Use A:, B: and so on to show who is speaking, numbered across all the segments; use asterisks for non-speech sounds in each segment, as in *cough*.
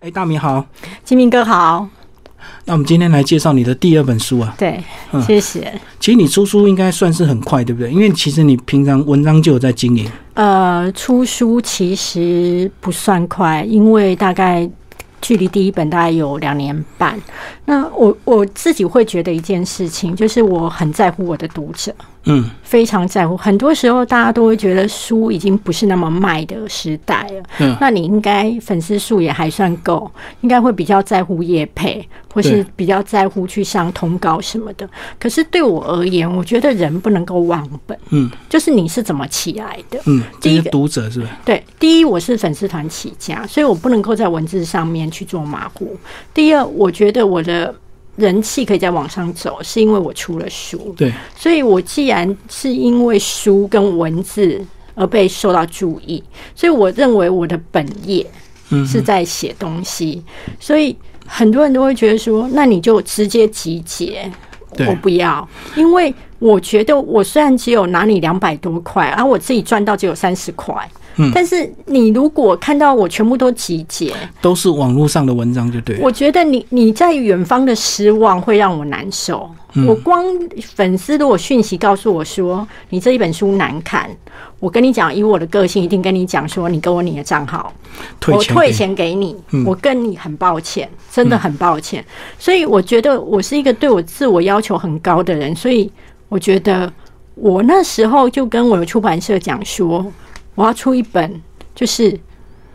A: 哎，大米好，
B: 金明哥好，
A: 那我们今天来介绍你的第二本书啊。
B: 对，
A: 嗯
B: 谢谢。
A: 其实你出书应该算是很快，对不对？因为其实你平常文章就有在经营，
B: 呃，出书其实不算快，因为大概距离第一本大概有两年半。那我我自己会觉得一件事情，就是我很在乎我的读者。
A: 嗯，
B: 非常在乎，很多时候大家都会觉得书已经不是那么卖的时代了。
A: 嗯
B: 那你应该粉丝数也还算够，应该会比较在乎业配，或是
A: 对
B: 比较在乎去上通告什么的。可是对我而言，我觉得人不能够忘本，
A: 嗯
B: 就是你是怎么起来的。
A: 嗯，这
B: 第一
A: 些
B: 个
A: 读者是不是？
B: 对，第一我是粉丝团起家，所以我不能够在文字上面去做马虎。第二，我觉得我的人气可以再往上走，是因为我出了书。
A: 对，
B: 所以我既然是因为书跟文字而被受到注意，所以我认为我的本业
A: 嗯
B: 是在写东西，所以很多人都会觉得说，那你就直接集结。
A: 对
B: 我不要，因为我觉得我虽然只有拿你两百多块，而、我自己赚到只有三十块，
A: 嗯
B: 但是你如果看到我全部都集结，
A: 都是网络上的文章，就对了。
B: 我觉得你你在远方的失望会让我难受。
A: 嗯
B: 我光粉丝如果讯息告诉我说你这一本书难看，我跟你讲，以我的个性，一定跟你讲说你给我你的账号，
A: 退
B: 我
A: 钱，嗯
B: 退。钱给你，我跟你很抱歉，真的很抱歉。所以我觉得我是一个对我自我要求很高的人，所以我觉得我那时候就跟我的出版社讲说，我要出一本，就是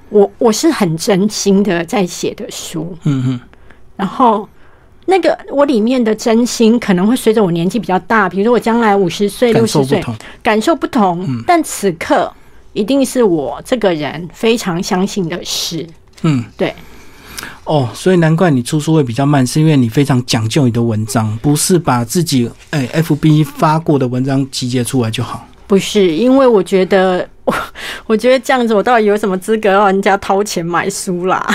B: 我我是很真心的在写的书，
A: 嗯嗯，
B: 然后那个我里面的真心可能会随着我年纪比较大，比如说我将来五十岁、六
A: 感受
B: 十
A: 不
B: 岁
A: 同，嗯
B: 感受不同，但此刻一定是我这个人非常相信的事。
A: 嗯，
B: 对，
A: 哦，所以难怪你出书会比较慢，是因为你非常讲究你的文章，不是把自己哎 FB 发过的文章集结出来就好。
B: 不是因为我觉得 *laughs* 我我觉得这样子，我到底有什么资格让人家掏钱买书啦？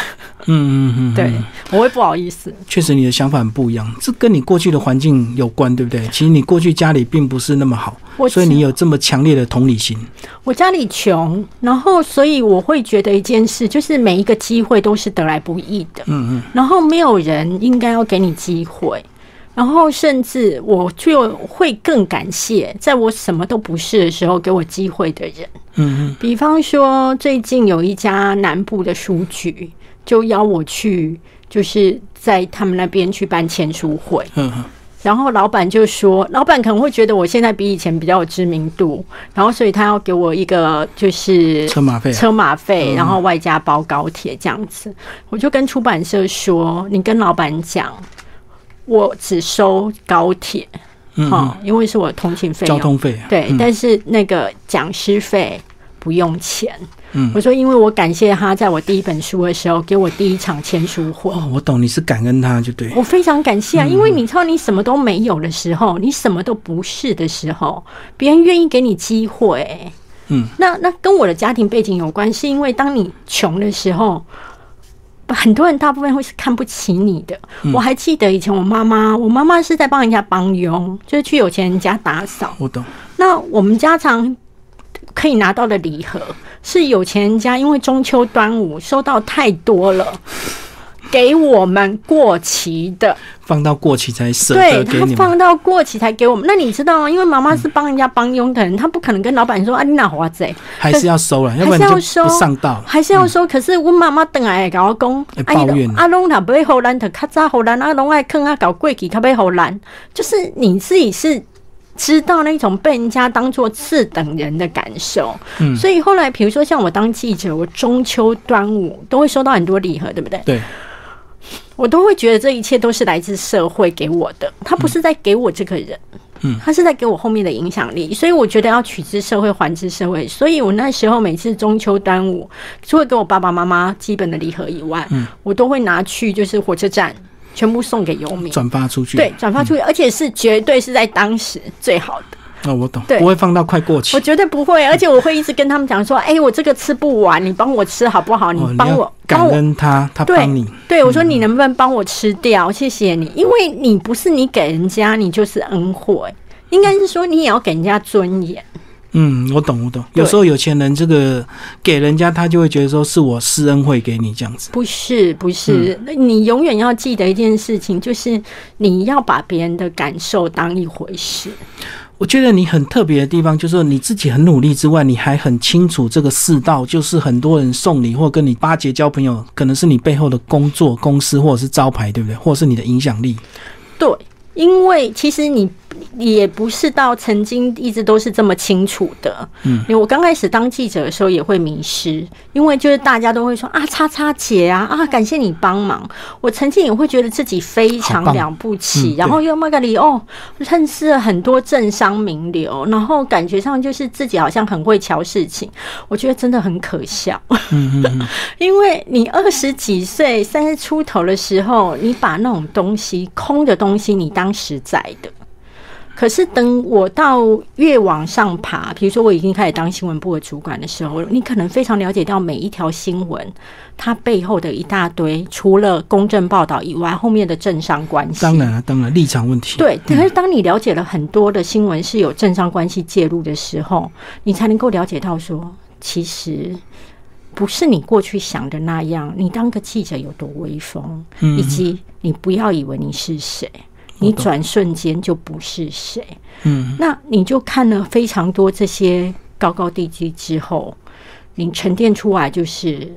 A: 嗯嗯嗯，
B: 对，我会不好意思。
A: 确实你的想法很不一样，这跟你过去的环境有关，对不对？其实你过去家里并不是那么好，
B: 我
A: 所以你有这么强烈的同理心。
B: 我家里穷，然后所以我会觉得一件事，就是每一个机会都是得来不易的。
A: 嗯嗯，
B: 然后没有人应该要给你机会，然后甚至我就会更感谢，在我什么都不是的时候给我机会的人。
A: 嗯嗯，
B: 比方说，最近有一家南部的书局就邀我去，就是在他们那边去办签书会。
A: 嗯嗯
B: 然后老板就说，老板可能会觉得我现在比以前比较有知名度，然后所以他要给我一个就是
A: 车马费、啊。
B: 车马费，然后外加包高铁这样子。我就跟出版社说，你跟老板讲，我只收高铁，
A: 嗯
B: 哈、因为是我的通勤费
A: 交
B: 用。
A: 通费啊。
B: 对，
A: 嗯
B: 但是那个讲师费不用钱。
A: 嗯
B: 我说，因为我感谢他在我第一本书的时候给我第一场签书会。
A: 哦，我懂，你是感恩他就对。
B: 我非常感谢啊，因为你知道，你什么都没有的时候，你什么都不是的时候，别人愿意给你机会、
A: 嗯，
B: 那那跟我的家庭背景有关，是因为当你穷的时候。很多人大部分会是看不起你的。我还记得以前我妈妈，我妈妈是在帮人家帮佣，就是去有钱人家打扫。
A: 我懂，
B: 那我们家常可以拿到的礼盒，是有钱人家因为中秋端午收到太多了，给我们过期的，
A: 放到过期才舍得
B: 对
A: 给
B: 他
A: 你们。
B: 放到过期才给我们。那你知道吗？因为妈妈是帮人家帮佣的人，她不可能跟老板说啊，你哪花贼，
A: 还是要收了，要不然你
B: 还是
A: 就
B: 要收
A: 不上道了。
B: 还是要说。可是我妈妈等来跟我讲，
A: 会
B: 啊，你
A: 哎抱怨
B: 都啊，拢若要互咱，就较早互咱，啊，拢爱坑啊，搞过期，较要互咱，就是你自己是。知道那种被人家当做次等人的感受，
A: 嗯
B: 所以后来，比如说像我当记者，我中秋、端午都会收到很多礼盒，对不对？
A: 对，
B: 我都会觉得这一切都是来自社会给我的，他不是在给我这个人，
A: 嗯，
B: 他是在给我后面的影响力，所以我觉得要取之社会，还之社会。所以我那时候每次中秋、端午，除了给我爸爸妈妈基本的礼盒以外，嗯，我都会拿去就是火车站，全部送给游民，
A: 嗯转发出去。嗯
B: 对，，转发出去，而且是绝对是在当时最好的。
A: 那、哦我懂，
B: 对
A: 不会放到快过期
B: 我。绝对不会，而且我会一直跟他们讲说，哎、我这个吃不完，你帮我吃好不好？你
A: 哦，你
B: 帮我
A: 要感
B: 帮我
A: 恩他，他
B: 对
A: 帮你。嗯
B: 对，我说你能不能帮我吃掉？谢谢你，因为你不是你给人家，你就是恩惠，应该是说你也要给人家尊严。
A: 嗯，我懂，我懂。
B: 对
A: 有时候有钱人这个给人家，他就会觉得说是我施恩惠给你这样子。
B: 不是，不是，那
A: 嗯
B: 你永远要记得一件事情，就是你要把别人的感受当一回事。
A: 我觉得你很特别的地方，就是说你自己很努力之外，你还很清楚这个世道，就是很多人送你或跟你巴结交朋友，可能是你背后的工作、公司或者是招牌，对不对？或者是你的影响力。
B: 对，因为其实你也不是到曾经一直都是这么清楚的。嗯，因为我刚开始当记者的时候也会迷失，因为就是大家都会说啊，叉叉姐啊，啊，感谢你帮忙。我曾经也会觉得自己非常
A: 好棒
B: 了不起，
A: 嗯
B: 然后又那个里哦，认识了很多政商名流，然后感觉上就是自己好像很会瞧事情，我觉得真的很可笑。 *laughs* 因为你二十几岁、三十出头的时候，你把那种东西空的东西，你当实在的。可是等我到越往上爬，比如说我已经开始当新闻部的主管的时候，你可能非常了解到每一条新闻它背后的一大堆，除了公正报道以外，后面的政商关系。
A: 当然了、当然立场问题。
B: 对，可是当你了解了很多的新闻是有政商关系介入的时候，你才能够了解到说，其实不是你过去想的那样，你当个记者有多威风，以及你不要以为你是谁。你转瞬间就不是谁，
A: 嗯，
B: 那你就看了非常多这些高高低低之后，你沉淀出来就是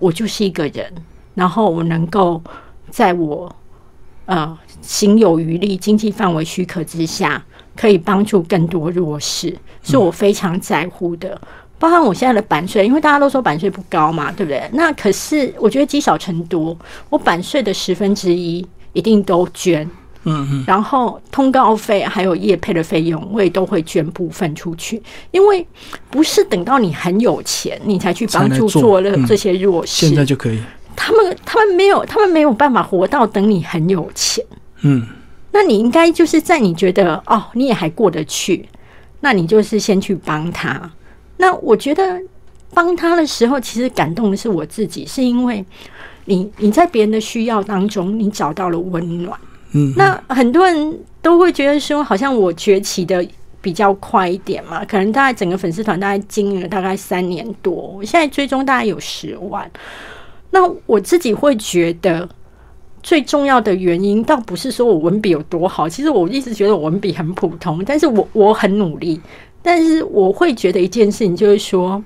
B: 我就是一个人，然后我能够在我呃行有余力、经济范围许可之下，可以帮助更多弱势，是
A: 嗯
B: 我非常在乎的。包含我现在的版税，因为大家都说版税不高嘛，对不对？那可是我觉得积少成多，我版税的十分之一一定都捐。
A: 嗯
B: 嗯，然后通告费还有业配的费用，我也都会捐部分出去，因为不是等到你很有钱，你才去帮
A: 才来
B: 助
A: 做
B: 做了
A: 嗯
B: 这些弱势。
A: 现在就可以。
B: 他们他们没有，他们没有办法活到等你很有钱。
A: 嗯，
B: 那你应该就是在你觉得哦，你也还过得去，那你就是先去帮他。那我觉得帮他的时候，其实感动的是我自己，是因为你你在别人的需要当中，你找到了温暖。
A: 嗯，
B: 那很多人都会觉得说，好像我崛起的比较快一点嘛，可能大概整个粉丝团大概经营了大概三年多，我现在追踪大概有十万。那我自己会觉得。最重要的原因，倒不是说我文笔有多好，其实我一直觉得我文笔很普通，但是我我很努力，但是我会觉得一件事情，就是说，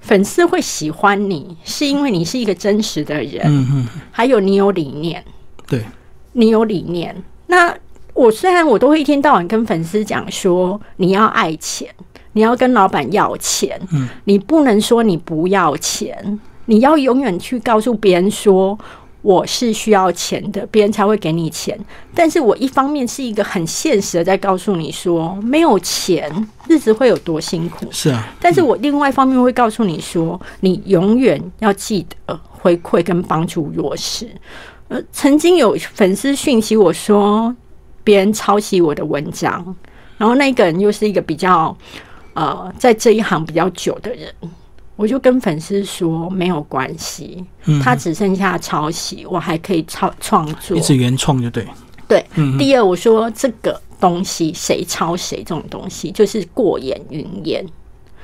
B: 粉丝会喜欢你，是因为你是一个真实的人，
A: 嗯嗯，
B: 还有你有理念，
A: 对，
B: 你有理念。那我虽然我都会一天到晚跟粉丝讲说，你要爱钱，你要跟老板要钱，
A: 嗯
B: 你不能说你不要钱，你要永远去告诉别人说。我是需要钱的，别人才会给你钱。但是我一方面是一个很现实的，在告诉你说，没有钱日子会有多辛苦。
A: 是啊，
B: 但是我另外一方面会告诉你说，你永远要记得回馈跟帮助弱势。呃，曾经有粉丝讯息我说，别人抄袭我的文章，然后那个人又是一个比较呃在这一行比较久的人，我就跟粉丝说没有关系，他只剩下抄袭，我还可以创创作
A: 一。直原创就对。
B: 对，
A: 嗯
B: 第二我说这个东西谁抄谁这种东西就是过眼云烟。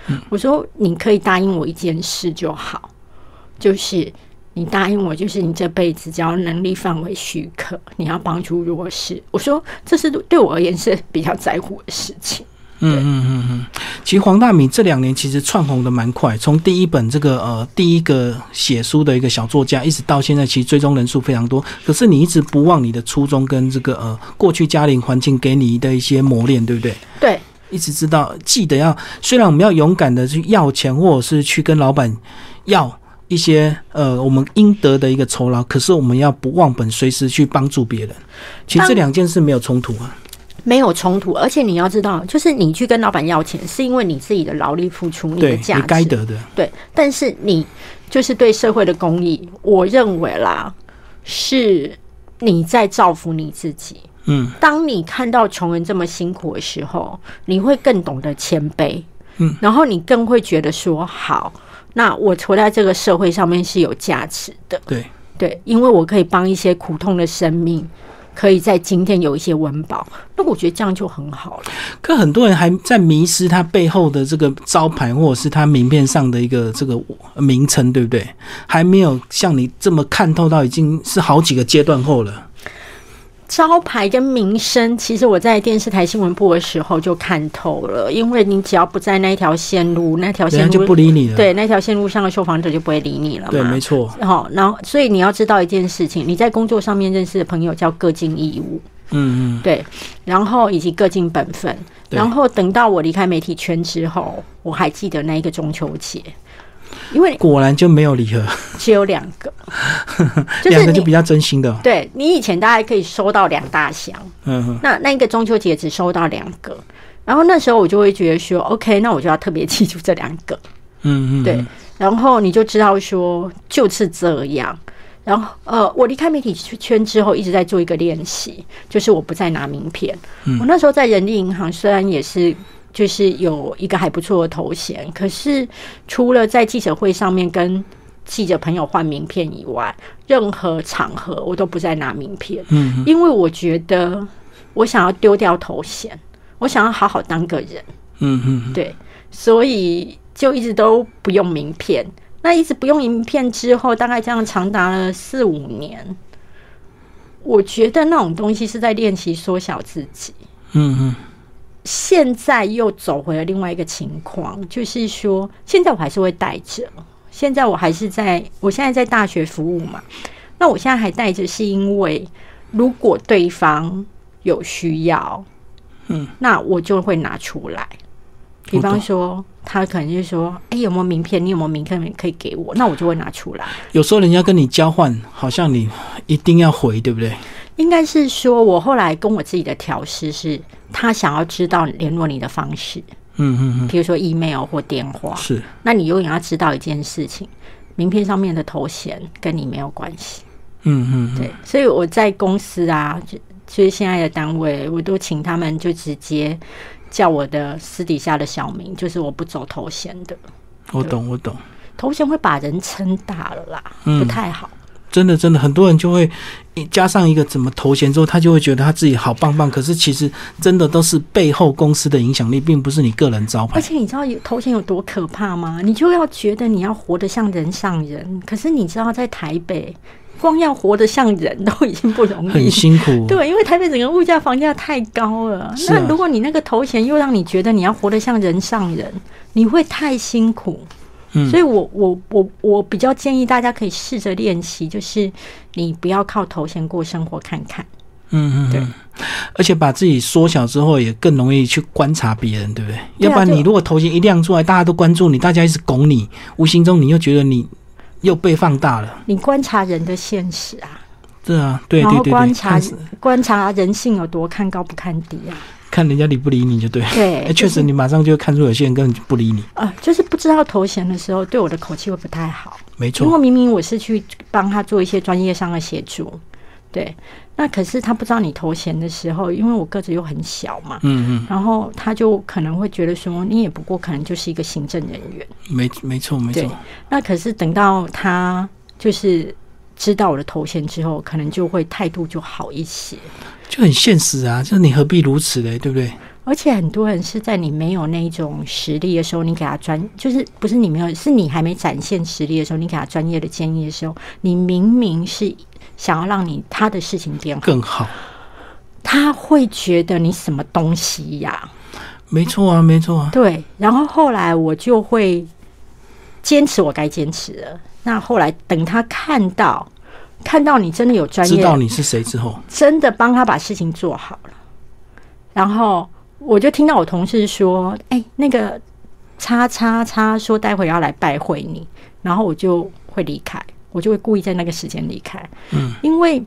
A: 嗯
B: 我说你可以答应我一件事就好，就是你答应我，就是你这辈子只要能力范围许可，你要帮助弱势。我说这是对我而言是比较在乎的事情。
A: 嗯嗯嗯嗯，其实黄大米这两年其实窜红的蛮快，从第一本这个呃第一个写书的一个小作家，一直到现在，其实追踪人数非常多。可是你一直不忘你的初衷跟这个呃过去家庭环境给你的一些磨练，对不对？
B: 对，
A: 一直知道记得要，虽然我们要勇敢的去要钱，或者是去跟老板要一些呃我们应得的一个酬劳，可是我们要不忘本，随时去帮助别人。其实这两件事没有冲突啊。
B: 没有冲突，而且你要知道，就是你去跟老板要钱，是因为你自己的劳力付出，你的
A: 对
B: 价
A: 你
B: 值，
A: 该得的，
B: 对，但是你就是对社会的公益，我认为啦，是你在造福你自己。
A: 嗯，
B: 当你看到穷人这么辛苦的时候，你会更懂得谦卑，嗯，然后你更会觉得说，好，那我活在这个社会上面是有价值的，
A: 对。
B: 对，因为我可以帮一些苦痛的生命可以在今天有一些温饱，那我觉得这样就很好了。
A: 可很多人还在迷失他背后的这个招牌，或者是他名片上的一个这个名称，对不对？还没有像你这么看透到，已经是好几个阶段后了。
B: 招牌跟名声，其实我在电视台新闻部的时候就看透了，因为你只要不在那条线路，那条
A: 人
B: 线
A: 家
B: 路
A: 就不理你了。
B: 对那条线路上的受访者就不会理你了嘛。嗯
A: 对，没错。
B: 好，然后所以你要知道一件事情，你在工作上面认识的朋友叫各尽义务，
A: 嗯嗯，
B: 对，然后以及各尽本分，
A: 对
B: 然后等到我离开媒体圈之后，我还记得那一个中秋节，因为
A: 果然就没有礼盒，
B: 只有两个， *laughs* 就是
A: 两个就
B: 你
A: 比较真心的。
B: 对你以前大概可以收到两大箱，
A: 嗯嗯，
B: 那那一个中秋节只收到两个，然后那时候我就会觉得说，OK，那我就要特别记住这两个，
A: 嗯嗯，
B: 对，然后你就知道说就是这样。然后，呃，我离开媒体圈之后，一直在做一个练习，就是我不再拿名片。
A: 嗯
B: 我那时候在人力银行，虽然也是就是有一个还不错的头衔，可是除了在记者会上面跟记者朋友换名片以外，任何场合我都不再拿名片。
A: 嗯，
B: 因为我觉得我想要丢掉头衔，我想要好好当个人。
A: 嗯嗯，
B: 对，所以就一直都不用名片。那一直不用名片之后，大概这样长达了四五年。我觉得那种东西是在练习缩小自己。
A: 嗯嗯，
B: 现在又走回了另外一个情况，就是说，现在我还是会带着，现在我还是在，我现在在大学服务嘛。那我现在还带着，是因为如果对方有需要，
A: 嗯，
B: 那我就会拿出来。比
A: 我懂
B: 方说，他可能就说：“哎、有没有名片？你有没有名片可以给我？”那我就会拿出来。
A: 有时候人家跟你交换，好像你一定要回，对不对？
B: 应该是说，我后来跟我自己的调试是，他想要知道联络你的方式，
A: 嗯嗯
B: 比如说 email 或电话
A: 嗯，。是，
B: 那你永远要知道一件事情，名片上面的头衔跟你没有关系。
A: 嗯嗯
B: 对，所以我在公司啊，就就是现在的单位，我都请他们就直接叫我的私底下的小名，就是我不走头衔的，
A: 我懂我懂，
B: 头衔会把人撑大了啦，
A: 嗯
B: 不太好。
A: 真的真的，很多人就会一加上一个怎么头衔之后，他就会觉得他自己好棒棒，可是其实真的都是背后公司的影响力，并不是你个人招
B: 而 *laughs*
A: 牌。
B: 且你知道有头衔有多可怕吗？你就要觉得你要活得像人上人，可是你知道在台北，光要活得像人都已经不容易
A: 很
B: 了。
A: 辛苦，
B: 对，因为台北整个物价房价太高了。
A: 是啊
B: 那如果你那个头衔又让你觉得你要活得像人上人，你会太辛苦。
A: 嗯
B: 所以我我我我比较建议大家可以试着练习，就是你不要靠头衔过生活，看看。
A: 嗯嗯，
B: 对
A: 嗯，而且把自己缩小之后，也更容易去观察别人，对不对？
B: 对啊
A: 要不然
B: 就
A: 你如果头衔一亮出来，大家都关注你，大家一直拱你，无形中你又觉得你又被放大了。
B: 你观察人的现实啊，
A: 对啊，对
B: 然
A: 对
B: 后
A: 对
B: 观
A: 对，
B: 察
A: 看
B: 观察人性有多看高不看低啊。
A: 看人家理不理你就对了。
B: 对
A: 哎，，确
B: 就是
A: 实，你马上就会看出有些人根本就不理你。
B: 啊、就是不知道头衔的时候，对我的口气会不太好。
A: 没
B: 因为
A: 错，
B: 明明我是去帮他做一些专业上的协助，对，那可是他不知道你头衔的时候，因为我个子又很小嘛，
A: 嗯
B: 然后他就可能会觉得说，你也不过可能就是一个行政人员，
A: 嗯，没没错没
B: 对
A: 错，。
B: 那可是等到他就是知道我的头衔之后，可能就会态度就好一些。
A: 就很现实啊，就是你何必如此嘞，对不对？
B: 而且很多人是在你没有那种实力的时候，你给他专就是不是你没有，是你还没展现实力的时候，你给他专业的建议的时候，你明明是想要让你他的事情变好，
A: 更好。
B: 他会觉得你什么东西呀、
A: 没错啊，没错啊，
B: 对，然后后来我就会坚持我该坚持的。那后来等他看到看到你真的有专
A: 知
B: 业
A: 道你是谁之后，
B: 真的帮他把事情做好了。然后我就听到我同事说：“哎、那个叉叉叉说待会要来拜会你。”然后我就会离开，我就会故意在那个时间离开。
A: 嗯，
B: 因为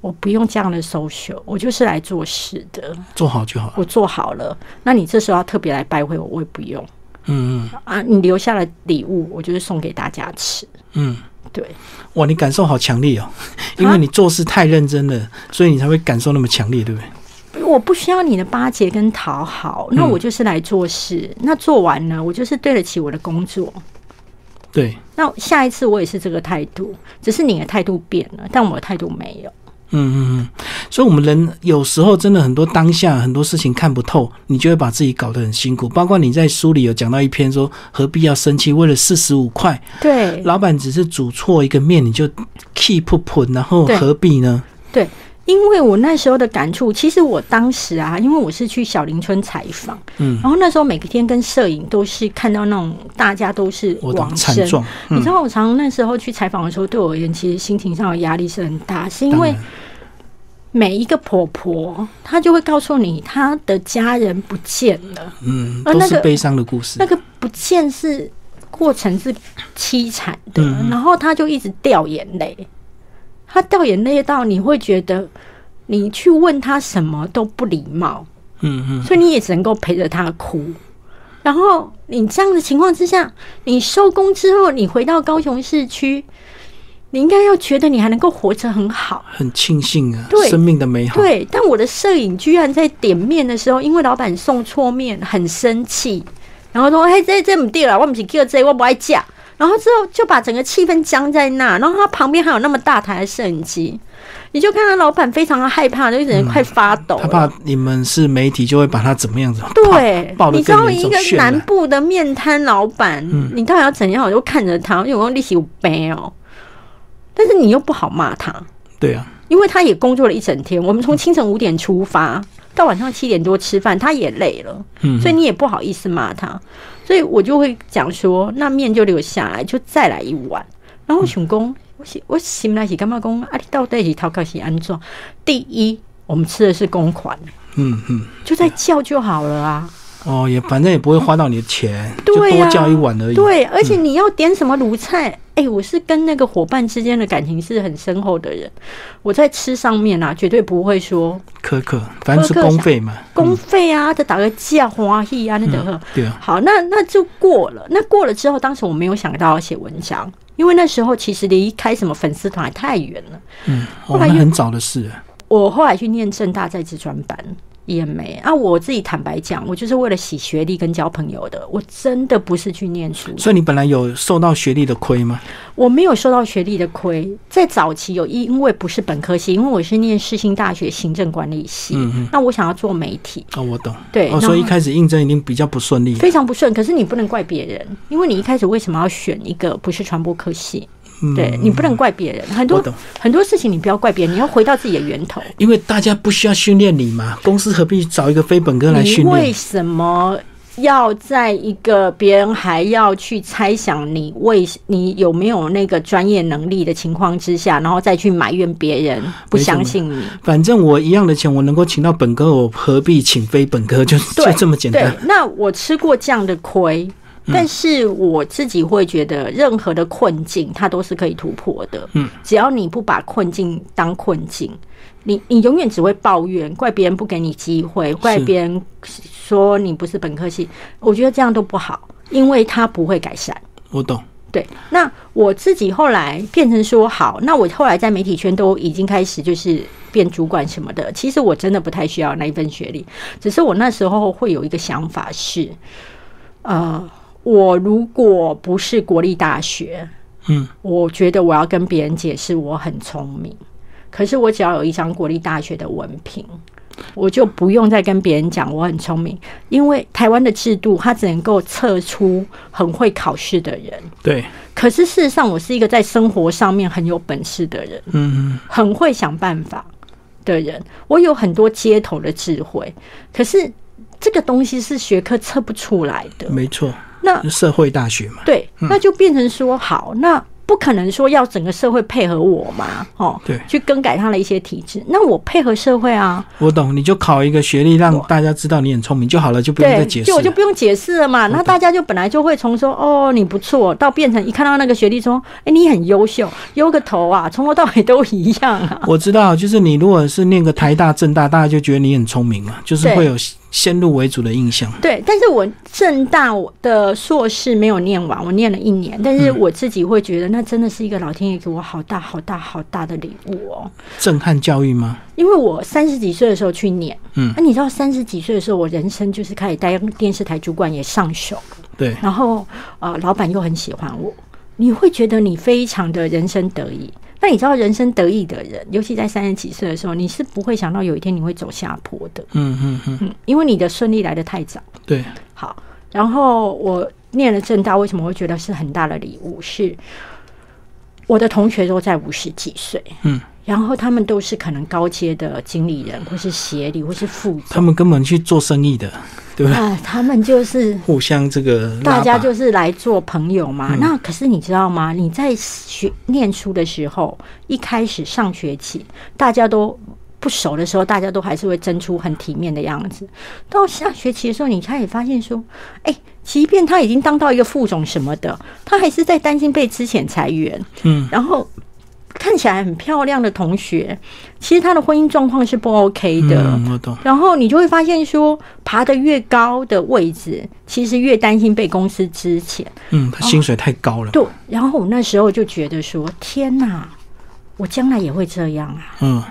B: 我不用这样的 social，我就是来做事的。
A: 做好就好了。
B: 我做好了，那你这时候要特别来拜会我，我也不用
A: 嗯
B: 啊。你留下了礼物，我就是送给大家吃。
A: 嗯嗯。
B: 对，
A: 哇，你感受好强烈哦，
B: 啊
A: 因为你做事太认真了，所以你才会感受那么强烈，对不对？
B: 我不需要你的巴结跟讨好，
A: 嗯
B: 那我就是来做事。那做完了，我就是对得起我的工作。
A: 对，
B: 那下一次我也是这个态度，只是你的态度变了，但我的态度没有。
A: 嗯嗯嗯，所以我们人有时候真的很多当下很多事情看不透，你就会把自己搞得很辛苦。包括你在书里有讲到一篇说，何必要生气？为了四十五块，
B: 对
A: 老板只是煮错一个面，你就 keep 喷，然后
B: 对
A: 何必呢？
B: 对，因为我那时候的感触，其实我当时啊，因为我是去小林村采访，
A: 嗯，
B: 然后那时候每个天跟摄影都是看到那种大家都是
A: 我懂
B: 往生
A: 惨，状，
B: 你
A: 嗯
B: 知，道，我常常那时候去采访的时候，对我而言，其实心情上的压力是很大，是因
A: 当
B: 为
A: 然
B: 每一个婆婆，她就会告诉你她的家人不见了，
A: 嗯，
B: 呃
A: 都
B: 那
A: 是
B: 个
A: 悲伤的故事
B: 那。个不见是过程是凄惨的，
A: 嗯
B: 然后她就一直掉眼泪，她掉眼泪到你会觉得你去问她什么都不礼貌，
A: 嗯嗯
B: 所以你也只能够陪着她哭。然后你这样的情况之下，你收工之后，你回到高雄市区，你应该要觉得你还能够活着很好。
A: 很庆幸啊，
B: 对
A: 生命的美好。
B: 对，但我的摄影居然在点面的时候，因为老板送错面，很生气，然后说：“嘿，这这不对了，我不是叫这，我不爱嫁。”然后之后就把整个气氛僵在那，然后他旁边还有那么大台的摄影机，你就看到老板非常的害怕，就一直快发抖
A: 他
B: 了。
A: 怕你们是媒体，就会把他怎么样子？
B: 对
A: 爆，爆得
B: 你知道
A: 更严
B: 一
A: 重嗯
B: 个
A: 渲染
B: 南部的面摊老板，你到底要怎样？我就看着他，因为我力气有背哦，但是你又不好骂他，
A: 对啊，
B: 因为他也工作了一整天。我们从清晨五点出发，到晚上七点多吃饭，他也累了，
A: 嗯
B: 所以你也不好意思骂他，所以我就会讲说，那面就留下来，就再来一碗。然后我想
A: 嗯
B: 公，我是我心来是干嘛公？啊，你到底是头壳是安装？第一，我们吃的是公款，
A: 嗯嗯，
B: 就在叫就好了啊。
A: 哦，也反正也不会花到你的钱，就
B: 对呀
A: 多叫一碗而已。嗯
B: 对，而且你要点什么卤菜？哎、我是跟那个伙伴之间的感情是很深厚的人，我在吃上面啊，绝对不会说
A: 苛刻，反正是公费嘛，
B: 公费啊，再打个价花艺啊，那等等。
A: 对啊，
B: 好，那那就过了。那过了之后，当时我没有想到要写文章，因为那时候其实离开什么粉丝团还太远了。
A: 嗯，哦
B: 后，来
A: 那
B: 又
A: 很早的事了，
B: 我后来去念正大在职专班。也没啊！我自己坦白讲，我就是为了洗学历跟交朋友的，我真的不是去念书的。
A: 所以你本来有受到学历的亏吗？
B: 我没有受到学历的亏，在早期有因为不是本科系，因为我是念世新大学行政管理系，
A: 嗯嗯，
B: 那我想要做媒体，
A: 哦，我懂，
B: 对
A: 哦，
B: 然后
A: 所以一开始应征一定比较不顺利，
B: 非常不顺。可是你不能怪别人，因为你一开始为什么要选一个不是传播科系？
A: 嗯，
B: 对你不能怪别人，很
A: 我
B: 多
A: 懂，
B: 很多事情你不要怪别人，你要回到自己的源头。
A: 因为大家不需要训练你嘛，公司何必找一个非本科来
B: 你
A: 训
B: 为
A: 练？
B: 什么要在一个别人还要去猜想你为你有没有那个专业能力的情况之下，然后再去埋怨别人不
A: 没错
B: 相信你？
A: 反正我一样的钱，我能够请到本科，我何必请非本科？就就
B: 对，
A: 这么简单。嗯
B: 对，那我吃过这样的亏，但是我自己会觉得，任何的困境它都是可以突破的。
A: 嗯，
B: 只要你不把困境当困境，你你永远只会抱怨，怪别人不给你机会，怪别人说你不是本科系，我觉得这样都不好，因为它不会改善。
A: 我懂，
B: 对，那我自己后来变成说，好，那我后来在媒体圈都已经开始就是变主管什么的。其实我真的不太需要那一份学历，只是我那时候会有一个想法是，呃，我如果不是国立大学，
A: 嗯，
B: 我觉得我要跟别人解释我很聪明，可是我只要有一张国立大学的文凭。我就不用再跟别人讲我很聪明，因为台湾的制度它只能够测出很会考试的人，
A: 对，
B: 可是事实上，我是一个在生活上面很有本事的人，
A: 嗯，嗯
B: 很会想办法的人。我有很多街头的智慧，可是这个东西是学科测不出来的。
A: 没错，
B: 那
A: 社会大学嘛，
B: 对，那就变成说，好，那不可能说要整个社会配合我嘛，哦，
A: 对
B: 去更改它的一些体制。那我配合社会啊，
A: 我懂，你就考一个学历，让大家知道你很聪明就好了，就不用再
B: 对，
A: 解释
B: 就我就
A: 了。
B: 不用解释了嘛。那大家就本来就会从说哦你不错，到变成一看到那个学历说，哎、你很优秀，优个头啊，从头到尾都一样啊。
A: 我知道，就是你如果是念个台大、政大，大家就觉得你很聪明嘛，就是
B: 对
A: 会有先入为主的印象。
B: 对，但是我正大我的硕士没有念完，我念了一年，但
A: 嗯
B: 是我自己会觉得那真的是一个老天爷给我好大好大好大的礼物哦，
A: 震撼教育吗？
B: 因为我三十几岁的时候去念，
A: 嗯
B: 啊，你知道三十几岁的时候，我人生就是开始当电视台主管也上手，
A: 对，
B: 然后呃，老板又很喜欢我，你会觉得你非常的人生得意。那你知道，人生得意的人，尤其在三十几岁的时候，你是不会想到有一天你会走下坡的，
A: 嗯嗯嗯，
B: 嗯，因为你的顺利来得太早。
A: 对，
B: 好，然后我念了正大，为什么会觉得是很大的礼物？是我的同学都在五十几岁，
A: 嗯，
B: 然后他们都是可能高阶的经理人，或是协理，或是副总，
A: 他们根本去做生意的，对不对？
B: 啊，他们就是
A: 互相这个拉
B: 大家
A: 拔
B: 就是来做朋友嘛。那可是你知道吗？你在学念书的时候，一开始上学期大家都不熟的时候，大家都还是会争出很体面的样子。到下学期的时候，你开始发现说，哎、即便他已经当到一个副总什么的，他还是在担心被之前裁员。
A: 嗯，
B: 然后。看起来很漂亮的同学，其实他的婚姻状况是不 OK 的。
A: 嗯，我懂，
B: 然后你就会发现说，爬得越高的位置，其实越担心被公司支遣。
A: 嗯，他薪水太高了，
B: 对，然后我那时候就觉得说，天哪，我将来也会这样啊！
A: 嗯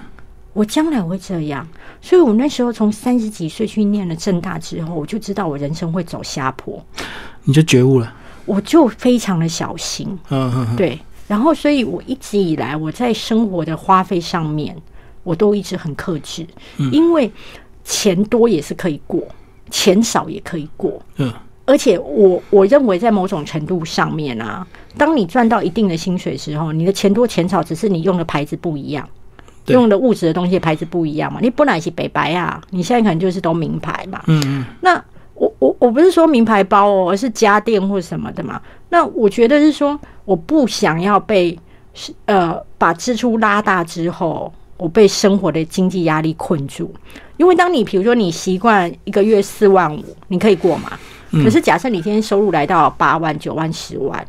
B: 我将来会这样，所以我那时候从三十几岁去念了正大之后，我就知道我人生会走下坡，
A: 你就觉悟了，
B: 我就非常的小心。
A: 嗯嗯嗯，
B: 对，然后所以我一直以来我在生活的花费上面，我都一直很克制，因为钱多也是可以过，钱少也可以过。
A: 嗯
B: 而且我我认为在某种程度上面啊，当你赚到一定的薪水之后，你的钱多钱少只是你用的牌子不一样。
A: 对
B: 用的物质的东西的牌子不一样嘛，你本来是北白啊，你现在可能就是都名牌嘛，
A: 嗯嗯，
B: 那我我我不是说名牌包哦，而是家电或什么的嘛。那我觉得是说，我不想要被是呃把支出拉大之后，我被生活的经济压力困住。因为当你比如说你习惯一个月四万五，你可以过嘛。可是假设你今天收入来到八万、九万、十万，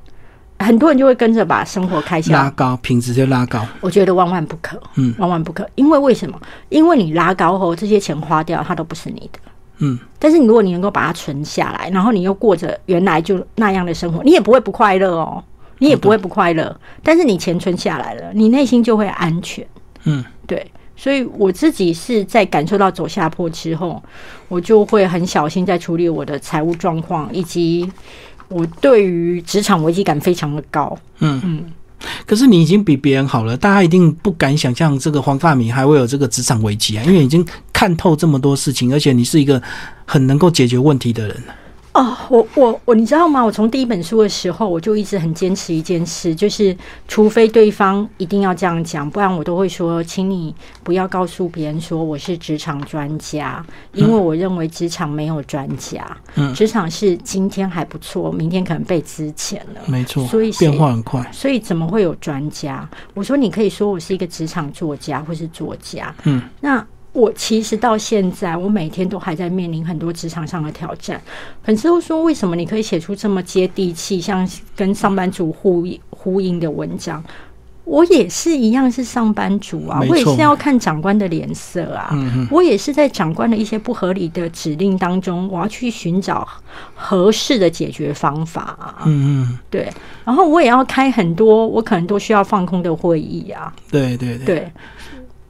B: 很多人就会跟着把生活开销
A: 拉高品质就拉高，
B: 我觉得万万不可，
A: 嗯，
B: 万万不可，因为为什么？因为你拉高后，这些钱花掉，它都不是你的，
A: 嗯。
B: 但是你如果你能够把它存下来，然后你又过着原来就那样的生活，你也不会不快乐哦，你也不会不快乐。但是你钱存下来了，你内心就会安全，
A: 嗯，
B: 对。所以我自己是在感受到走下坡之后，我就会很小心在处理我的财务状况，以及我对于职场危机感非常的高。
A: 可是你已经比别人好了，大家一定不敢想象这个黄大米还会有这个职场危机啊，因为已经看透这么多事情，而且你是一个很能够解决问题的人。
B: 哦，我我我，你知道吗？我从第一本书的时候，我就一直很坚持一件事，就是除非对方一定要这样讲，不然我都会说，请你不要告诉别人说我是职场专家，因为我认为职场没有专家，
A: 嗯
B: 职场是今天还不错，明天可能被之前了。
A: 没错，
B: 所以谁
A: 变化很快。
B: 所以怎么会有专家？我说你可以说我是一个职场作家或是作家，
A: 嗯，
B: 那我其实到现在，我每天都还在面临很多职场上的挑战。粉丝都说，为什么你可以写出这么接地气，像跟上班族呼应呼应的文章？我也是一样是上班族啊
A: 没，错嗯
B: 我也是要看长官的脸色啊，我也是在长官的一些不合理的指令当中，我要去寻找合适的解决方法啊。
A: 嗯嗯，
B: 对，然后我也要开很多我可能都需要放空的会议啊，
A: 对对对。
B: 对，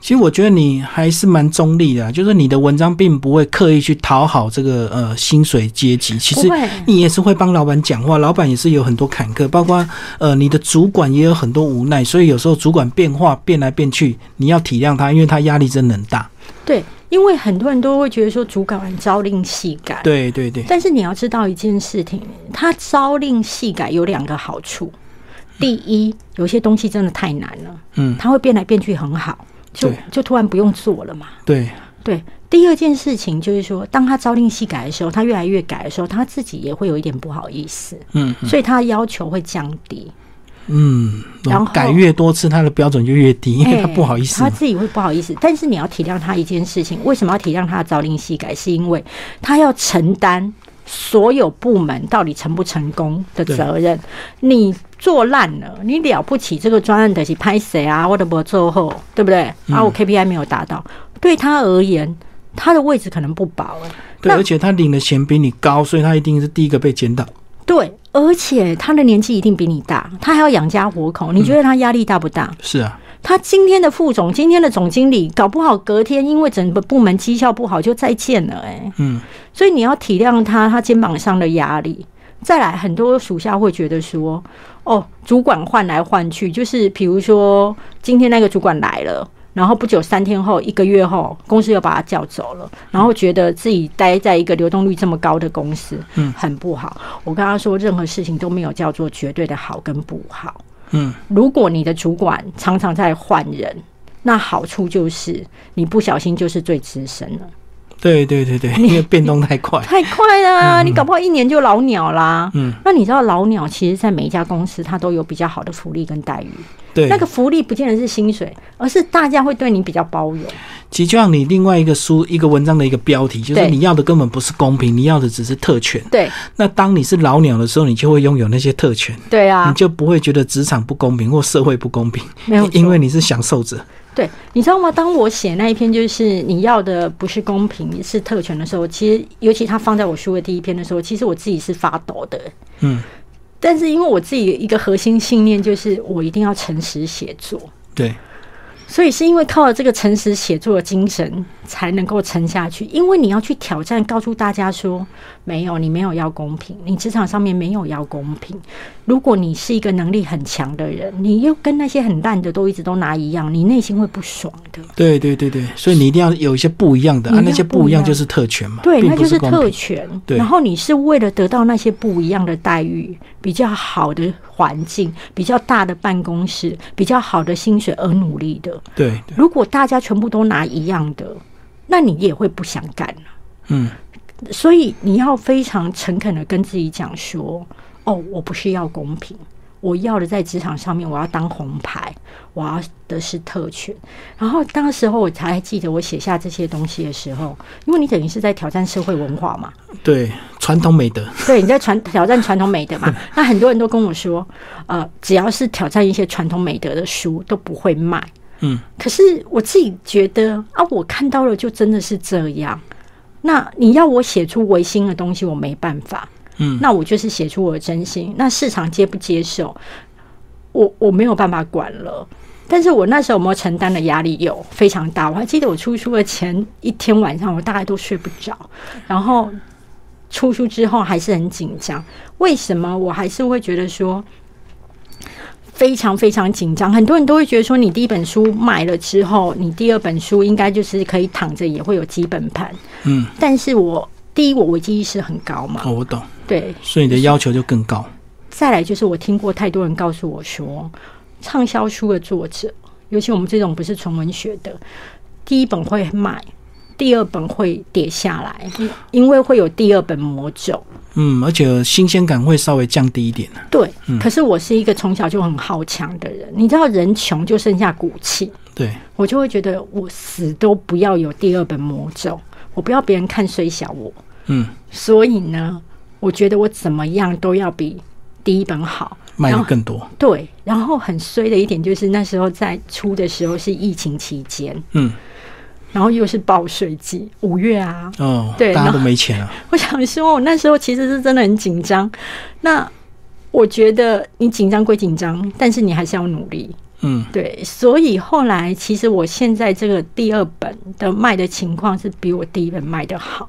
A: 其实我觉得你还是蛮中立的啊、就是你的文章并不会刻意去讨好这个呃薪水阶级，其实
B: 不会
A: 你嗯也是会帮老板讲话，老板也是有很多坎坷，包括呃你的主管也有很多无奈，所以有时候主管变化变来变去，你要体谅他，因为他压力真的很大。
B: 对，因为很多人都会觉得说主管很朝令夕改，
A: 对对对，
B: 但是你要知道一件事情，他朝令夕改有两个好处，第一，有些东西真的太难了，
A: 嗯，
B: 它会变来变去很好，就
A: 对
B: 就突然不用做了嘛，
A: 对，
B: 对。第二件事情就是说，当他朝令夕改的时候，他越来越改的时候，他自己也会有一点不好意思，
A: 嗯
B: 所以他要求会降低。
A: 嗯，
B: 然后
A: 改越多次，他的标准就越低，因为他
B: 哎
A: 不好意思
B: 他。自己会不好意思。但是你要体谅他一件事情，为什么要体谅他的朝令夕改？是因为他要承担所有部门到底成不成功的责任。你做烂了，你了不起这个专案得去拍谁啊？我的不做后，对不对？
A: 嗯
B: 啊，我 KPI 没有达到，对他而言，他的位置可能不保、哎
A: 对，
B: 那
A: 而且他领的钱比你高，所以他一定是第一个被检讨。
B: 对，而且他的年纪一定比你大，他还要养家活口，你觉得他压力大不大？
A: 是啊，
B: 他今天的副总、今天的总经理，搞不好隔天因为整个部门绩效不好就再见了、哎，
A: 嗯，
B: 所以你要体谅他，他肩膀上的压力。再来，很多属下会觉得说，哦，主管换来换去，就是比如说今天那个主管来了。然后不久，三天后、一个月后，公司又把他叫走了，然后觉得自己待在一个流动率这么高的公司，
A: 嗯
B: 很不好。我跟他说，任何事情都没有叫做绝对的好跟不好。
A: 嗯
B: 如果你的主管常常在换人，那好处就是你不小心就是最资深了，
A: 对对对对，因为变动太快，
B: *laughs* 太快了啊，你搞不好一年就老鸟啦。
A: 嗯，
B: 那你知道老鸟其实，在每一家公司，它都有比较好的福利跟待遇。
A: 对
B: 那，个福利不见得是薪水，而是大家会对你比较包容。
A: 其实就像你另外一个书一个文章的一个标题，就是
B: 对
A: 你要的根本不是公平，你要的只是特权。
B: 对
A: 那当你是老鸟的时候，你就会拥有那些特权，
B: 对啊，
A: 你就不会觉得职场不公平或社会不公平，
B: 没有错
A: 因为你是享受者。
B: 对，你知道吗？当我写那一篇就是你要的不是公平，是特权的时候，其实尤其他放在我书的第一篇的时候，其实我自己是发抖的。
A: 嗯，
B: 但是因为我自己有一个核心信念就是我一定要诚实写作，
A: 对，
B: 所以是因为靠了这个诚实写作的精神才能够撑下去。因为你要去挑战，告诉大家说没有，你没有要公平，你职场上面没有要公平。如果你是一个能力很强的人，你又跟那些很烂的都一直都拿一样，你内心会不爽的。
A: 对对对对，所以你一定要有一些不一样的啊，
B: 你一定要
A: 那些不
B: 不
A: 一
B: 一
A: 样
B: 样
A: 就是特权嘛，
B: 对，
A: 并
B: 那
A: 不
B: 就是是
A: 公
B: 特
A: 平。
B: 权。
A: 对
B: 然后你是为了得到那些不一样的待遇、比较好的环境、比较大的办公室、比较好的薪水而努力的。
A: 对对，
B: 如果大家全部都拿一样的，那你也会不想干。啊
A: 嗯，
B: 所以你要非常诚恳的跟自己讲说：“哦，我不是要公平，我要的在职场上面，我要当红牌，我要的是特权。”然后当时候我才记得我写下这些东西的时候，因为你等于是在挑战社会文化嘛，
A: 对，传统美德，
B: 对，你在传挑战传统美德嘛。那很多人都跟我说，呃，只要是挑战一些传统美德的书都不会卖。
A: 嗯，
B: 可是我自己觉得啊，我看到了就真的是这样。那你要我写出违心的东西，我没办法。
A: 嗯
B: 那我就是写出我的真心。那市场接不接受，我我没有办法管了。但是我那时候有没有承担的压力有非常大。我还记得我出书的前一天晚上，我大概都睡不着，然后出书之后还是很紧张。为什么我还是会觉得说？非常非常紧张，很多人都会觉得说，你第一本书卖了之后，你第二本书应该就是可以躺着也会有基本盘。
A: 嗯，
B: 但是我第一，我危机意识很高嘛，
A: 哦，我懂，
B: 对。
A: 所以你的要求就更高。
B: 再来就是我听过太多人告诉我说，畅销书的作者，尤其我们这种不是纯文学的，第一本会卖，第二本会跌下来，因为会有第二本魔咒。
A: 嗯，而且新鲜感会稍微降低一点。啊
B: 对，嗯可是我是一个从小就很好强的人，你知道，人穷就剩下骨气。
A: 对，
B: 我就会觉得我死都不要有第二本魔咒，我不要别人看衰小我。
A: 嗯，
B: 所以呢，我觉得我怎么样都要比第一本好。
A: 卖
B: 然
A: 的
B: 后
A: 更多。
B: 对，然后很衰的一点就是那时候在出的时候是疫情期间，
A: 嗯，
B: 然后又是报税季，五月啊，
A: 哦，
B: 对
A: 大家
B: 然
A: 都
B: 后
A: 没钱啊。
B: 我想说，我那时候其实是真的很紧张。那我觉得你紧张归紧张，但是你还是要努力。
A: 嗯，
B: 对，所以后来其实我现在这个第二本的卖的情况是比我第一本卖的好，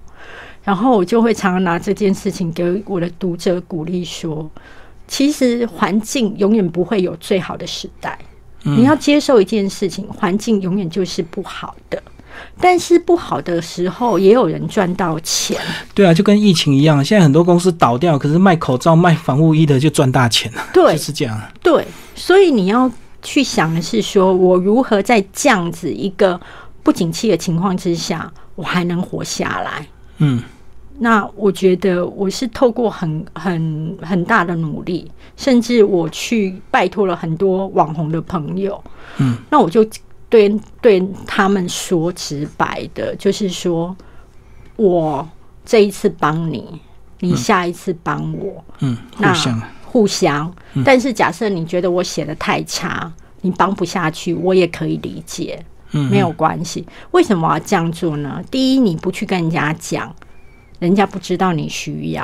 B: 然后我就会常常拿这件事情给我的读者鼓励说，其实环境永远不会有最好的时代，你要接受一件事情，环境永远就是不好的。但是不好的时候，也有人赚到钱，
A: 对啊，就跟疫情一样，现在很多公司倒掉，可是卖口罩、卖防护衣的就赚大钱了。
B: 对
A: 就是这样啊。
B: 对，所以你要去想的是说，我如何在这样子一个不景气的情况之下，我还能活下来。
A: 嗯，
B: 那我觉得我是透过很很很大的努力，甚至我去拜托了很多网红的朋友，
A: 嗯，
B: 那我就对对他们说直白的，就是说我这一次帮你，你下一次帮我，
A: 嗯，互
B: 那
A: 相。
B: 互相。
A: 嗯
B: 但是假设你觉得我写的太差，你帮不下去，我也可以理解，
A: 嗯
B: 没有关系。为什么我要这样做呢？第一，你不去跟人家讲，人家不知道你需要；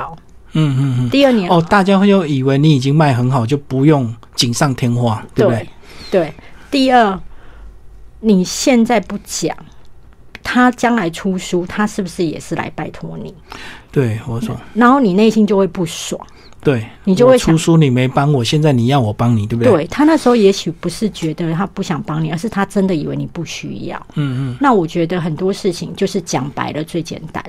A: 嗯嗯嗯。
B: 第二，你
A: 哦，大家会又以为你已经卖很好，就不用锦上添花，对不对？
B: 对，第二，你现在不讲。他将来出书，他是不是也是来拜托你？
A: 对，我说，
B: 然后你内心就会不爽。
A: 对，
B: 你就会
A: 我
B: 想
A: 出书你没帮我，现在你要我帮你，对哦不对？，
B: 对他那时候也许不是觉得他不想帮你，而是他真的以为你不需要。
A: 嗯嗯，
B: 那我觉得很多事情就是讲白了最简单。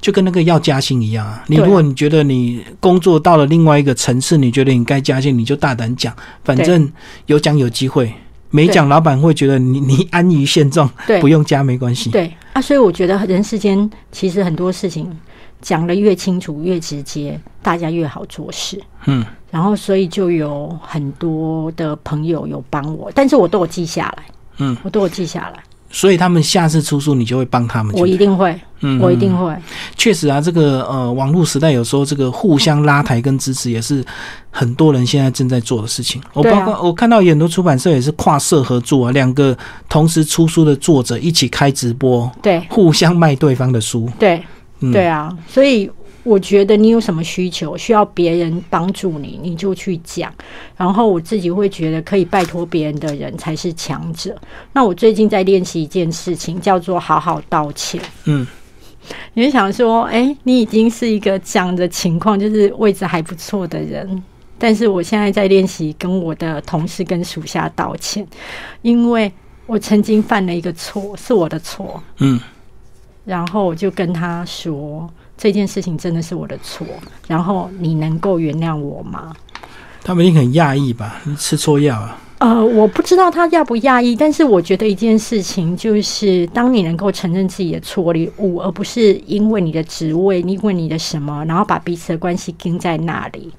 A: 就跟那个要加薪一样啊。你
B: 对啊
A: 如果你觉得你工作到了另外一个层次，你觉得你该加薪，你就大胆讲，反
B: 对
A: 正有讲有机会，没
B: 对
A: 讲老板会觉得你你安于现状，
B: 对
A: 不用加没关系。
B: 对啊，所以我觉得人世间其实很多事情讲的越清楚、越直接，大家越好做事。
A: 嗯，
B: 然后所以就有很多的朋友有帮我，但是我都有记下来。
A: 嗯，
B: 我都有记下来，
A: 所以他们下次出书，你就会帮他们去。
B: 我一定会，
A: 嗯
B: 我一定会。
A: 确实啊，这个呃，网络时代有时候这个互相拉抬跟支持也是很多人现在正在做的事情。我
B: 对
A: 包
B: 啊
A: 括、我看到也很多出版社也是跨社合作啊，两个同时出书的作者一起开直播，
B: 对
A: 互相卖对方的书。
B: 对
A: 嗯，
B: 对啊，所以我觉得你有什么需求需要别人帮助你，你就去讲。然后我自己会觉得可以拜托别人的人才是强者。那我最近在练习一件事情，叫做好好道歉。
A: 嗯，
B: 你会想说，哎、你已经是一个这样的情况，就是位置还不错的人。但是我现在在练习跟我的同事跟属下道歉，因为我曾经犯了一个错，是我的错。
A: 嗯，
B: 然后我就跟他说这件事情真的是我的错，然后你能够原谅我吗？
A: 他们一定很讶异吧？你吃错药啊？
B: 呃，我不知道他讶不讶异，但是我觉得一件事情就是，当你能够承认自己的错误，而不是因为你的职位，因为你的什么，然后把彼此的关系盯在那里。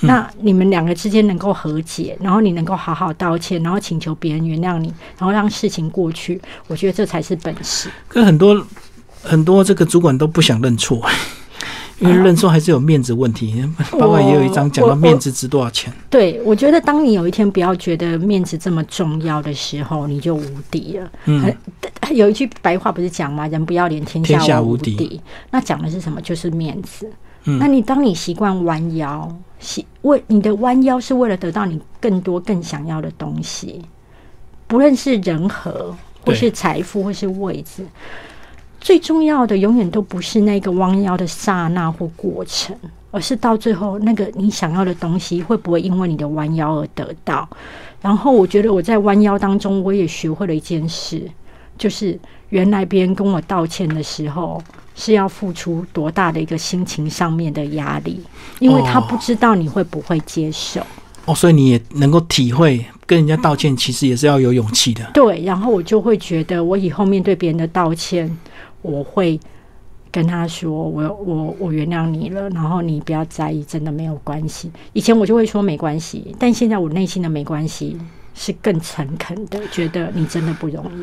B: 那你们两个之间能够和解，然后你能够好好道歉，然后请求别人原谅你，然后让事情过去，我觉得这才是本事。
A: 可很多很多这个主管都不想认错。 *laughs* 因为认错还是有面子问题，包括也有一章讲到
B: 我
A: 面子值多少钱。
B: 对，我觉得当你有一天不要觉得面子这么重要的时候，你就无敌了。
A: 嗯
B: 很 *laughs* 有一句白话不是讲吗？人不要脸，天
A: 天下
B: 下
A: 无
B: 无
A: 敌
B: 敌。那讲的是什么？就是面子。
A: 嗯
B: 那你当你习惯弯腰，习为你的弯腰是为了得到你更多更想要的东西，不论是人和，或
A: 对
B: 是财富，或是位置。最重要的永远都不是那个弯腰的刹那或过程，而是到最后那个你想要的东西会不会因为你的弯腰而得到。然后我觉得我在弯腰当中，我也学会了一件事，就是原来别人跟我道歉的时候，是要付出多大的一个心情上面的压力，因为他
A: 哦
B: 不知道你会不会接受。
A: 哦，所以你也能够体会，跟人家道
B: 嗯
A: 歉其实也是要有勇气的。
B: 对，然后我就会觉得，我以后面对别人的道歉，我会跟他说，我我我原谅你了，然后你不要在意，真的没有关系。以前我就会说没关系，但现在我内心的没关系是更诚恳的，觉得你真的不容易，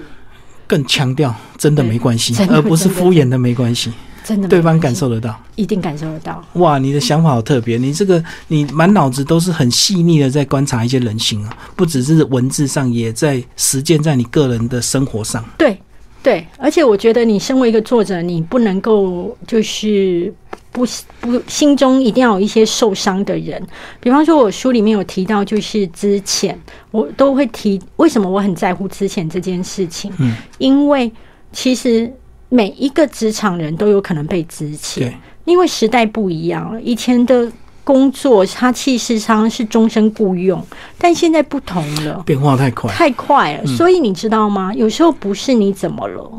A: 更强调真的没关系
B: 对，真的
A: 而不是敷衍的没关系，
B: 真的没
A: 对方
B: 关
A: 感
B: 系
A: 受得到。
B: 一定感受得到。
A: 哇，你的想法好特别，你这个你满脑子都是很细腻的在观察一些人性啊，不只是文字上，也在实践在你个人的生活上。
B: 对对，而且我觉得你身为一个作者，你不能够就是不不心中一定要有一些受伤的人。比方说，我书里面有提到，就是之前我都会提为什么我很在乎之前这件事情，
A: 嗯
B: 因为其实每一个职场人都有可能被之前
A: 对，，
B: 因为时代不一样了，以前的。工作，它其实常常是终身雇佣，但现在不同了。
A: 变化太
B: *laughs*
A: 快。
B: 太快了，所以你知道吗？有时候不是你怎么了，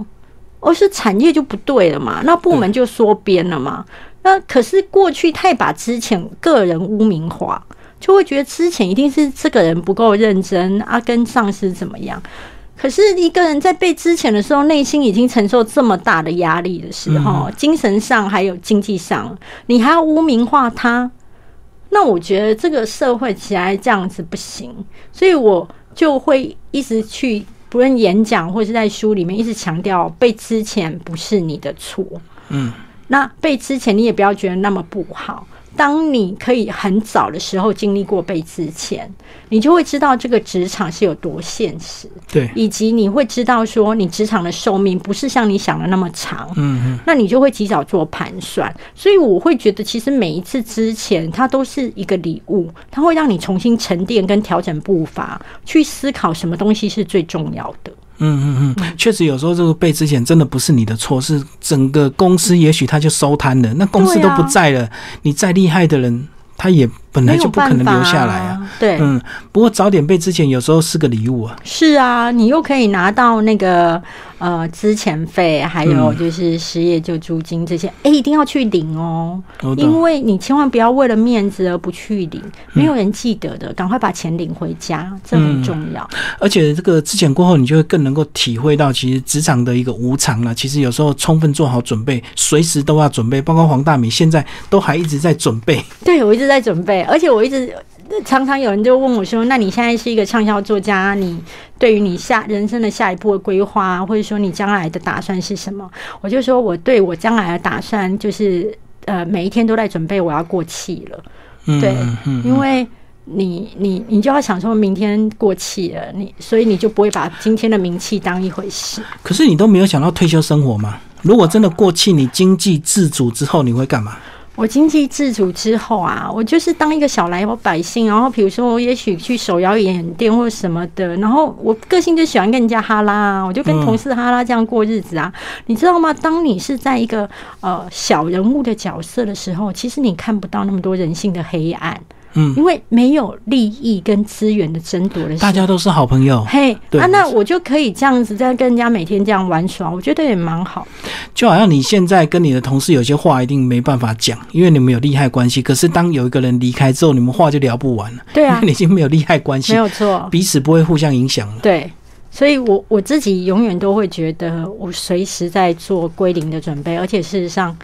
B: 而是产业就不对了嘛，那部门就缩编了嘛。那可是过去太把之前个人污名化，就会觉得之前一定是这个人不够认真啊，跟上司怎么样。可是一个人在被之前的时候，内心已经承受这么大的压力的时候，精神上还有经济上，你还要污名化他，那我觉得这个社会起来这样子不行，所以我就会一直去，不论演讲或是在书里面，一直强调被之前不是你的错，
A: 嗯，
B: 那被之前你也不要觉得那么不好。当你可以很早的时候经历过被之前，你就会知道这个职场是有多现实，
A: 对，
B: 以及你会知道说你职场的寿命不是像你想的那么长。
A: 嗯嗯，
B: 那你就会及早做盘算。所以我会觉得，其实每一次之前，它都是一个礼物，它会让你重新沉淀跟调整步伐，去思考什么东西是最重要的。
A: 嗯嗯嗯，确实有时候这个被之前真的不是你的错，是整个公司也许他就收摊了，那公司
B: 嗯对
A: 都
B: 啊
A: 不在了，你再厉害的人。他也本来
B: 没有
A: 就不可能
B: 办法
A: 留下来啊。
B: 啊。对，
A: 嗯，不过早点被之前有时候是个礼物啊。
B: 是啊，你又可以拿到那个呃资遣费，还有
A: 嗯
B: 就是失业救助金这些，哎、一定要去领哦，
A: 我懂
B: 因为你千万不要为了面子而不去领，没有人记得的，赶快把钱领回家，这很重要。
A: 而且这个之前过后，你就会更能够体会到，其实职场的一个无常啊。其实有时候充分做好准备，随时都要准备，包括黄大米现在都还一直在准备。
B: 对我一直在准备，而且我一直。常常有人就问我说：“那你现在是一个畅销作家，你对于你下人生的下一步的规划，或者说你将来的打算是什么？”我就说：“我对我将来的打算就是，呃，每一天都在准备我要过气了。”
A: 嗯，
B: 对
A: 嗯嗯
B: 因为你你你就要想说明天过气了，你所以你就不会把今天的名气当一回事。
A: 可是你都没有想到退休生活嘛？如果真的过气，你经济自主之后，你会干嘛？
B: 我经济自主之后啊，我就是当一个小老百姓，然后比如说我也许去手摇饮店或什么的，然后我个性就喜欢跟人家哈拉啊，我就跟
A: 嗯
B: 同事哈拉这样过日子啊，你知道吗？当你是在一个呃小人物的角色的时候，其实你看不到那么多人性的黑暗，
A: 嗯，
B: 因为没有利益跟资源的争夺的时候
A: 大。家都是好朋友，
B: 嘿，
A: 对
B: 啊，
A: 没
B: 那
A: 错
B: 我就可以这样子，再跟人家每天这样玩耍，我觉得也蛮好。
A: 就好像你现在跟你的同事有些话一定没办法讲，因为你们有利害关系。可是当有一个人离开之后，你们话就聊不完了， *laughs*
B: 对啊
A: 因为，你已经没有利害关
B: 没
A: 系，
B: 有错，
A: 彼此不会互相影响了。
B: 对。所以我，我自己永远都会觉得，我随时在做归零的准备，而且事实上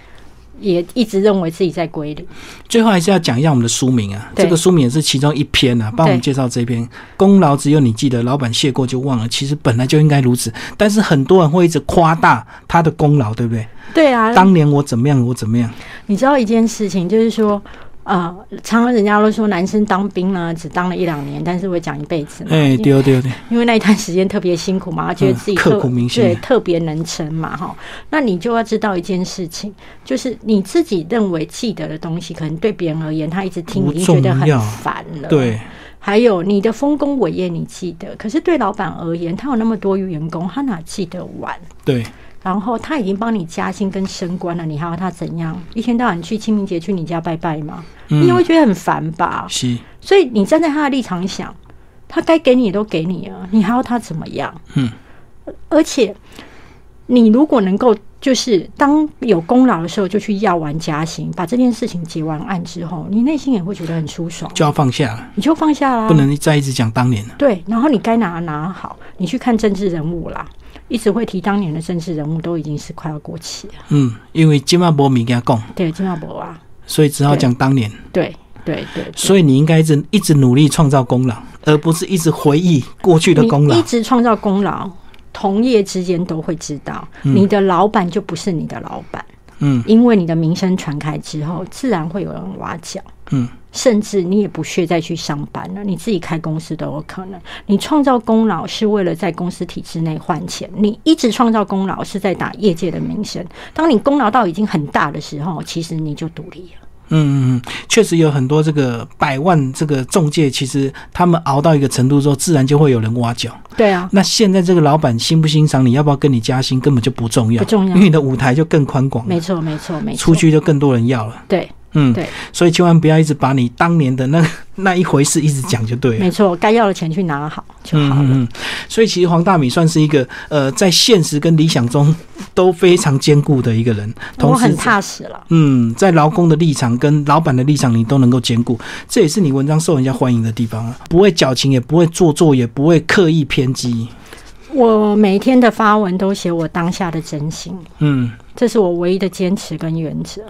B: 也一直认为自己在归零。
A: 最后还是要讲一下我们的书名啊，
B: 对
A: 这个书名也是其中一篇啊，帮我们
B: 对
A: 介绍这篇《功劳只有你记得，老板谢过就忘了》。其实本来就应该如此，但是很多人会一直夸大他的功劳，对不对？
B: 对啊，
A: 当年我怎么样，我怎么样，
B: 你知道一件事情，就是说，呃，常常人家都说男生当兵呢，只当了一两年，但是会讲一辈子嘛。
A: 哎，
B: 因为
A: 对对对，
B: 因为那一段时间特别辛苦嘛，觉得自己
A: 嗯
B: 特
A: 刻骨铭心
B: 对，特别能撑嘛，哈。那你就要知道一件事情，就是你自己认为记得的东西，可能对别人而言，他一直听
A: 不
B: 已经觉得
A: 重
B: 很
A: 要
B: 烦了。。
A: 对，
B: 还有你的丰功伟业你记得，可是对老板而言，他有那么多员工，他哪记得完？
A: 对，
B: 然后他已经帮你加薪跟升官了，你还要他怎样？一天到晚去清明节去你家拜拜吗？你也
A: 嗯，
B: 会觉得很烦吧？
A: 是，
B: 所以你站在他的立场想，他该给你都给你了，你还要他怎么样？
A: 嗯，
B: 而且你如果能够，就是当有功劳的时候就去要完加薪，把这件事情结完案之后，你内心也会觉得很舒爽，
A: 就要放下了，
B: 你就放下啦。
A: 不能再一直讲当年了。
B: 对，然后你该拿拿好，你去看政治人物啦。一直会提当年的政治人物都已经是快要过期了，
A: 嗯，因为今晚波米跟他讲，
B: 对金马博啊，
A: 所以只好讲当年。
B: 对对对，对
A: 所以你应该一直一直努力创造功劳，而不是一直回忆过去的功
B: 你一
A: 劳。
B: 直创造功劳，同业之间都会知道，
A: 嗯
B: 你的老板就不是你的老板，
A: 嗯
B: 因为你的名声传开之后，自然会有人挖角。
A: 嗯，
B: 甚至你也不屑再去上班了，你自己开公司都有可能。你创造功劳是为了在公司体制内换钱，你一直创造功劳是在打业界的名声。当你功劳到已经很大的时候，其实你就独立了。
A: 嗯嗯，嗯，确实有很多这个百万这个中介，其实他们熬到一个程度之后，自然就会有人挖角。
B: 对啊，
A: 那现在这个老板欣不欣赏你，要不要跟你加薪，根本就不重要，
B: 不重要
A: 因为你的舞台就更宽广了，
B: 没错，没错，没错。
A: 出去就更多人要了。
B: 对，
A: 嗯，
B: 对，
A: 所以千万不要一直把你当年的那 *laughs* 那一回事一直讲就对了。
B: 没错，该要的钱去拿好就
A: 嗯
B: 好了。
A: 嗯嗯，所以其实黄大米算是一个呃，在现实跟理想中都非常兼顾的一个人，
B: 我
A: 嗯同时
B: 很踏实了。
A: 嗯，在劳工的立场跟老板的立场，你都能够兼顾，这也是你文章受人家欢迎的地方啊！不会矫情，也不会做作，也不会刻意偏激。
B: 我每天的发文都写我当下的真心，
A: 嗯，
B: 这是我唯一的坚持跟原则。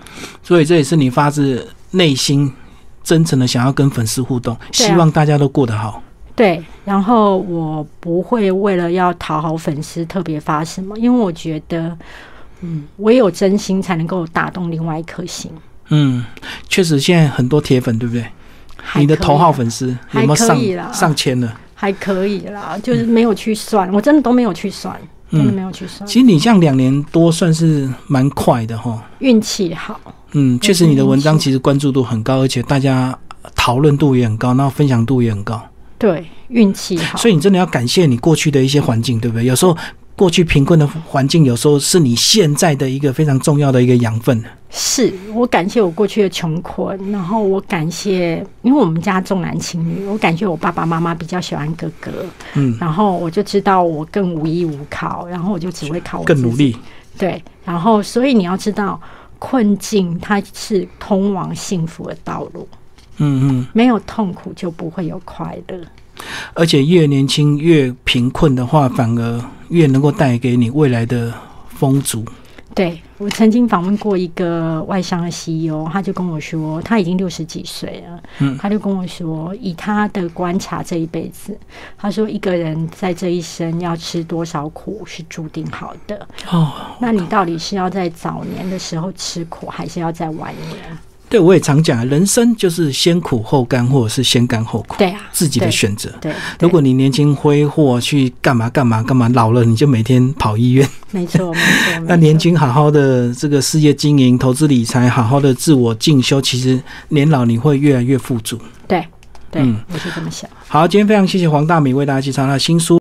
A: 所以这也是你发自内心、真诚的想要跟粉丝互动，
B: 对啊
A: 希望大家都过得好。
B: 对，然后我不会为了要讨好粉丝特别发什么，因为我觉得，嗯，唯有真心才能够打动另外一颗心。
A: 嗯，确实现在很多铁粉，对不对？
B: 还
A: 你的
B: 可以
A: 头号
B: 啦
A: 粉丝有
B: 还
A: 没有
B: 可
A: 上
B: 以啦
A: 上千了？
B: 还可以啦，就是没有去算，我真的都没有去算，真的
A: 嗯
B: 没有去算，
A: 其实你这样两年多算是蛮快的哈。
B: 运气好。
A: 嗯，确实你的文章其实关注度很高，而且大家讨论度也很高，然后分享度也很高。
B: 对，运气好，
A: 所以你真的要感谢你过去的一些环境，对不对？有时候过去贫困的环境，有时候是你现在的一个非常重要的一个养分。
B: 是我感谢我过去的穷困，然后我感谢，因为我们家重男轻女，我感谢我爸爸妈妈比较喜欢哥哥，
A: 嗯，
B: 然后我就知道我更无依无靠，然后我就只会靠我
A: 更
B: 自己
A: 努力。
B: 对，然后所以你要知道，困境它是通往幸福的道路，
A: 嗯嗯，
B: 没有痛苦就不会有快乐。
A: 而且越年轻越贫困的话，反而越能够带给你未来的丰足。
B: 对我曾经访问过一个外商的 CEO，他就跟我说，他已经六十几岁了，
A: 嗯
B: 他就跟我说，以他的观察这一辈子，他说一个人在这一生要吃多少苦是注定好的，
A: 哦，
B: 那你到底是要在早年的时候吃苦，还是要在晚年？
A: 对我也常讲啊，人生就是先苦后甘，或者是先甘后苦，
B: 对啊，
A: 自己的
B: 对
A: 选择。
B: 对，对
A: 如果你年轻挥霍去干嘛干嘛干嘛，老了你就每天跑医院。
B: 没错没错，
A: 那
B: 没
A: 年
B: 错
A: 轻好好的这个事业经营、投资理财，好好的自我进修，其实年老你会越来越富足。
B: 对对
A: 嗯，
B: 我是这么想。
A: 好，今天非常谢谢黄大米为大家介绍他的新书。